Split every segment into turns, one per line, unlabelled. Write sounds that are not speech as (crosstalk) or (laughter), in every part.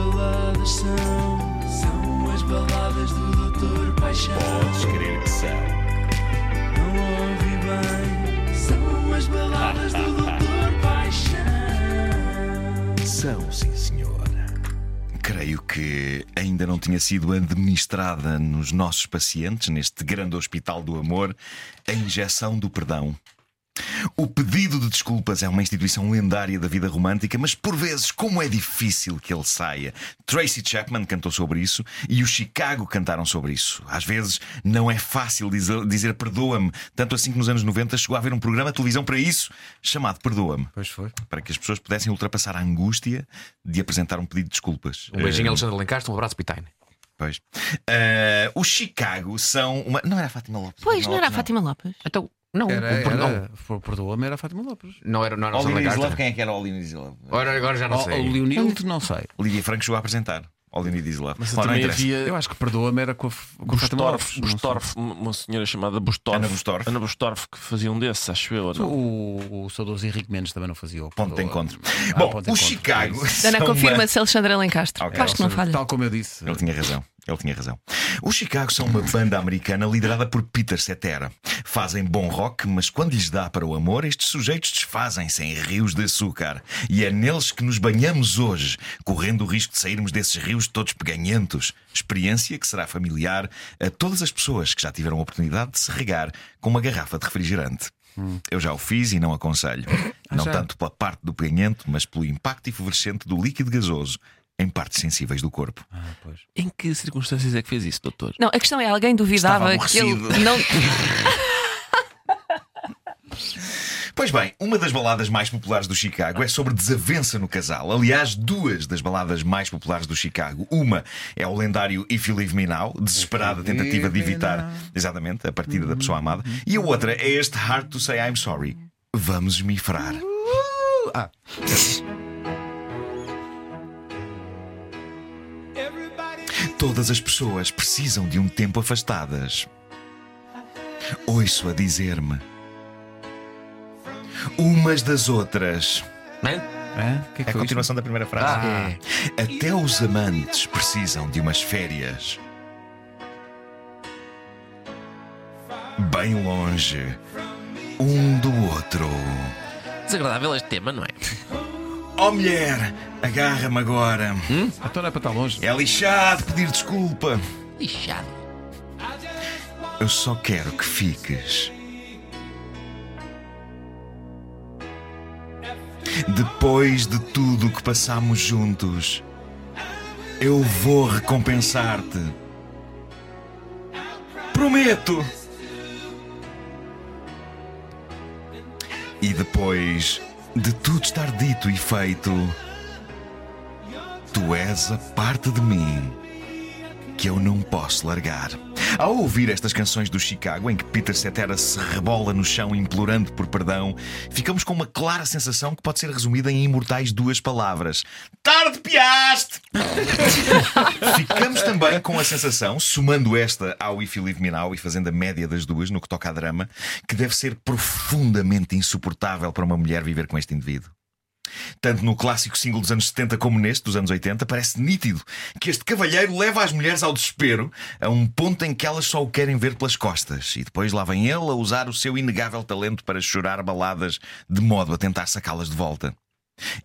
baladas são? São as baladas do Doutor Paixão.
Podes crer que são.
Não ouvi bem, são as baladas do Doutor Paixão.
São, sim, senhora. Creio que ainda não tinha sido administrada nos nossos pacientes, neste grande hospital do amor, a injeção do perdão. O pedido de desculpas é uma instituição lendária da vida romântica, mas por vezes, como é difícil que ele saia. Tracy Chapman cantou sobre isso e o Chicago cantaram sobre isso. Às vezes, não é fácil dizer, dizer perdoa-me, tanto assim que nos anos 90 chegou a haver um programa de televisão para isso, chamado Perdoa-me,
Pois foi.
para que as pessoas pudessem ultrapassar a angústia de apresentar um pedido de desculpas. Eh,
Um
Eh,
beijinho, Alexandre Lencastre, um abraço, Pitaine.
Pois. Ah, o Chicago são uma. Não era a Fátima Lopes.
Pois, não era a
Lopes,
Fátima Lopes?
Então, não,
Era,
o perdão.
era, per- perdoa-me, era a Fátima Lopes.
Não era, não era Alexandre
Olivia Islove,
Lencastre.
quem é que era Olivia Islove?
Ora, agora já não
O,
sei.
Leonildo, não sei.
Lívia Franco chegou a apresentar. Olivia Islove.
Mas
Bom, não
também
interessa.
havia
Eu acho que perdoa-me era com a, f- com a Fátima Lopes.
Bustorf,
não sei.
Bustorf, uma uma senhora chamada Bustorf.
Ana Bustorf.
Ana Bustorf que fazia um desses, acho eu. ou não?
O, o saudoso Henrique Mendes também não fazia o
Ponto de
perdoa-me.
encontro.
Ah,
Bom,
ponto de
o
encontro,
Chicago.
é isso.
são
Ana,
uma-
confirma-se Alexandre Alencastre.
Ok,
Acho que não falha.
Tal como eu disse.
Ele tinha razão. Ele tinha razão. Os Chicago são uma banda americana liderada por Peter Cetera. Fazem bom rock, mas quando lhes dá para o amor, estes sujeitos desfazem-se em rios de açúcar. E é neles que nos banhamos hoje, correndo o risco de sairmos desses rios todos peganhentos. Experiência que será familiar a todas as pessoas que já tiveram a oportunidade de se regar com uma garrafa de refrigerante. Eu já o fiz e não aconselho. não
já?
tanto pela parte do peganhento, mas pelo impacto efervescente do líquido gasoso em partes sensíveis do corpo.
Ah,
Em que circunstâncias é que fez isso, doutor?
Não, a questão é: alguém duvidava
Estava
que ele
aborrecido. (laughs)
não.
Pois bem, uma das baladas mais populares do Chicago é sobre desavença no casal. Aliás, duas das baladas mais populares do Chicago. Uma é o lendário If You Leave Me Now, desesperada tentativa de evitar exatamente a partida da pessoa amada. E a outra é este Hard to Say I'm Sorry. Vamos esmifrar. Todas as pessoas precisam de um tempo afastadas. Ouço a dizer-me. Umas das outras.
Hã?
Hã? O
É
que Ah, é que
a
foi isto?
continuação Ah. da primeira frase.
É.
Até os amantes precisam de umas férias. Bem longe um do outro.
Desagradável este tema, não é?
Oh mulher, agarra-me agora.
Então não é para estar longe.
É lixado pedir desculpa.
Lixado.
Eu só quero que fiques. Depois de tudo o que passamos juntos, eu vou recompensar-te. Prometo! E depois de tudo estar dito e feito, tu és a parte de mim que eu não posso largar. Ao ouvir estas canções do Chicago, em que Peter Cetera se rebola no chão implorando por perdão, ficamos com uma clara sensação que pode ser resumida em imortais duas palavras: Tarde piaste! Ficamos também com a sensação, somando esta ao If You Leave Me Now e fazendo a média das duas no que toca a drama, que deve ser profundamente insuportável para uma mulher viver com este indivíduo. Tanto no clássico single dos anos 70 como neste, dos anos 80, parece nítido que este cavalheiro leva as mulheres ao desespero, a um ponto em que elas só o querem ver pelas costas. E depois lá vem ele a usar o seu inegável talento para chorar baladas de modo a tentar sacá-las de volta.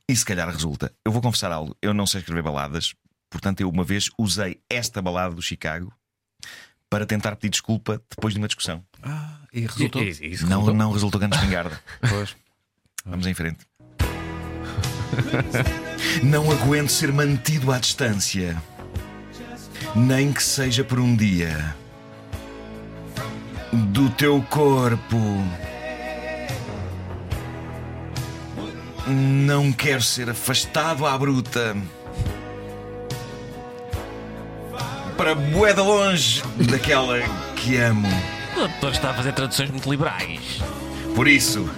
E se calhar resulta. Eu vou confessar algo, eu não sei escrever baladas, portanto, eu uma vez usei esta balada do Chicago para tentar pedir desculpa depois de uma discussão.
Ah, e resultou.
não, não resultou grande espingarda.
Pois.
Vamos em frente. (laughs) Não aguento ser mantido à distância, nem que seja por um dia, do teu corpo. Não quero ser afastado à bruta. Para bué de longe daquela que amo.
O doutor está a fazer traduções muito liberais.
Por isso,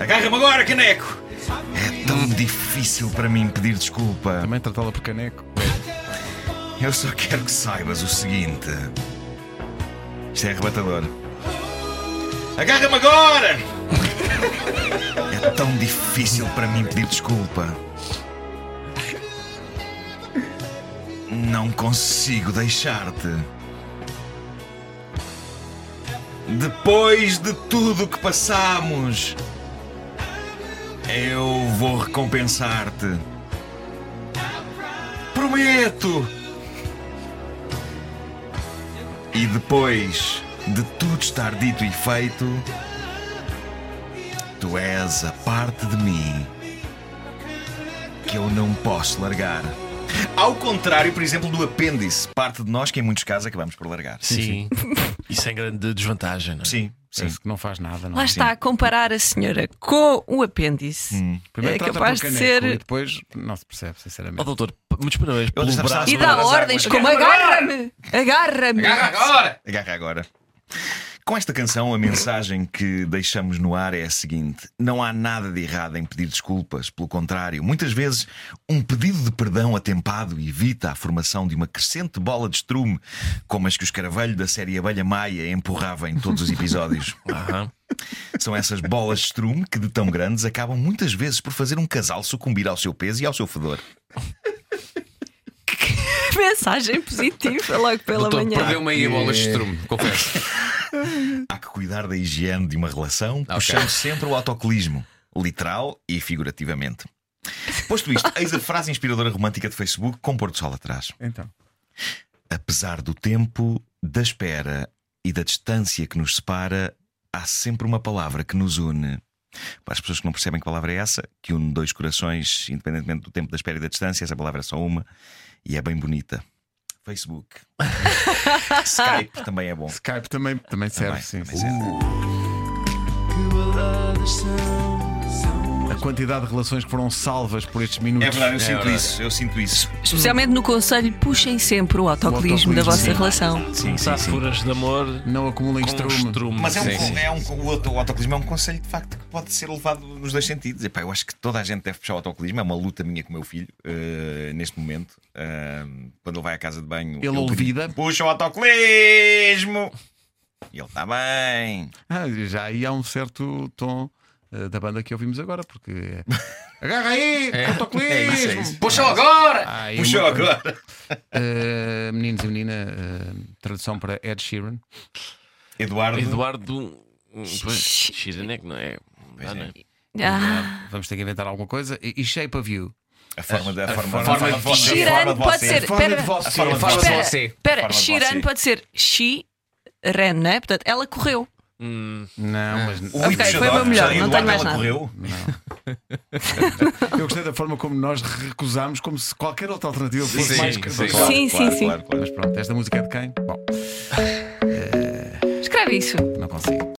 agarra-me agora, caneco! É tão difícil para mim pedir desculpa.
Também tratá-la por caneco.
Eu só quero que saibas o seguinte. Isto é arrebatador. Agarra-me agora! É tão difícil para mim pedir desculpa. Não consigo deixar-te. Depois de tudo o que passamos, eu vou recompensar-te. Prometo! E depois de tudo estar dito e feito, tu és a parte de mim que eu não posso largar. Ao contrário, por exemplo, do apêndice, parte de nós que em muitos casos acabamos por largar.
Sim. E sem grande desvantagem, não é?
Sim, sim.
Parece que não faz nada, não
Lá
é?
está, a comparar a senhora com o apêndice.
Hum.
Primeiro
É
trata
capaz
pelo
de
caneco
ser-
E depois não se percebe, sinceramente.
Ó, doutor, p- muitos parabéns
Eu
pelo
deixava
braço.
E
Sobre as
dá
águas.
ordens como agarra-me! Agarra-me! (laughs)
agora! Agarra agora. Com esta canção, a mensagem que deixamos no ar é a seguinte: não há nada de errado em pedir desculpas, pelo contrário, muitas vezes um pedido de perdão atempado evita a formação de uma crescente bola de estrume, como as que o escaravelho da série Abelha Maia empurrava em todos os episódios.
Aham.
São essas bolas de estrume que, de tão grandes, acabam muitas vezes por fazer um casal sucumbir ao seu peso e ao seu fedor.
Mensagem positiva logo pela
Doutor,
manhã.
perdeu-me aí a bola
É.
de estrume,
(laughs)
confesso.
Há que cuidar da higiene de uma relação, puxando sempre o autocolismo, literal e figurativamente. Posto isto, eis a frase inspiradora romântica de Facebook com Porto Sol atrás.
Então.
Apesar do tempo, da espera e da distância que nos separa, há sempre uma palavra que nos une. Para as pessoas que não percebem que palavra é essa, que une dois corações, independentemente do tempo, da espera e da distância, essa palavra é só uma e é bem bonita. Facebook. Skype também é bom.
Skype também, também serve,
Também,
sim. Uh.
também
sim.
serve.
Que baladas são, são
A quantidade de relações que foram salvas por estes minutos. eh,
É verdade, eu sinto
verdade.
isso, eu sinto isso.
Especialmente no conselho, puxem sempre o autocolismo
O autocolismo,
da vossa
sim.
relação.
Sim, sim, sim.
Metáforas de amor
Não acumulem
com
estrume.
estrume.
Mas é um,
Sim, sim.
é um, o, auto- o autocolismo é um conselho de facto que pode ser levado nos dois sentidos. Epá, eu acho que toda a gente deve puxar o autocolismo. É uma luta minha com o meu filho eh, neste momento. Ah, quando ele vai à casa de banho,
Ele olvida.
grita, Puxa o autocolismo! E ele está bem.
Ah, já aí há um certo tom eh, da banda que ouvimos agora, porque é. Agarra aí! Autocolismo!
(laughs) É isso, é isso.
Puxou agora!
Há aí
Puxa
uma-
agora!
Eh, meninos e menina, eh, tradução para Ed Sheeran.
Eduardo.
Eduardo. um, Xiranek, não é? Dá, não é?
Ah,
Vamos ter que inventar alguma coisa. E, e Shape of You.
A forma da
forma-
forma,
forma de-
você, a
Girando
forma de
pode
você.
ser-
Forma
A
de
Espera.
você.
forma de
Fala
você.
só
Espera.
você.
Espera,
Forma de
Shiran
você.
pode ser She-Ren, não é? Portanto, ela correu.
Hum,
Não,
(laughs)
mas.
O
Ok,
embaixador,
foi o meu
já
melhor, não
Eduardo,
tenho mais
ela
nada.
correu.
Eu gostei da forma como nós recusámos, como se qualquer outra alternativa fosse
sim,
mais
sim.
capaz.
Claro,
Sim,
claro,
sim, sim.
claro, claro.
Mas pronto, esta música é de quem? Bom,
Escreve isso.
não consigo.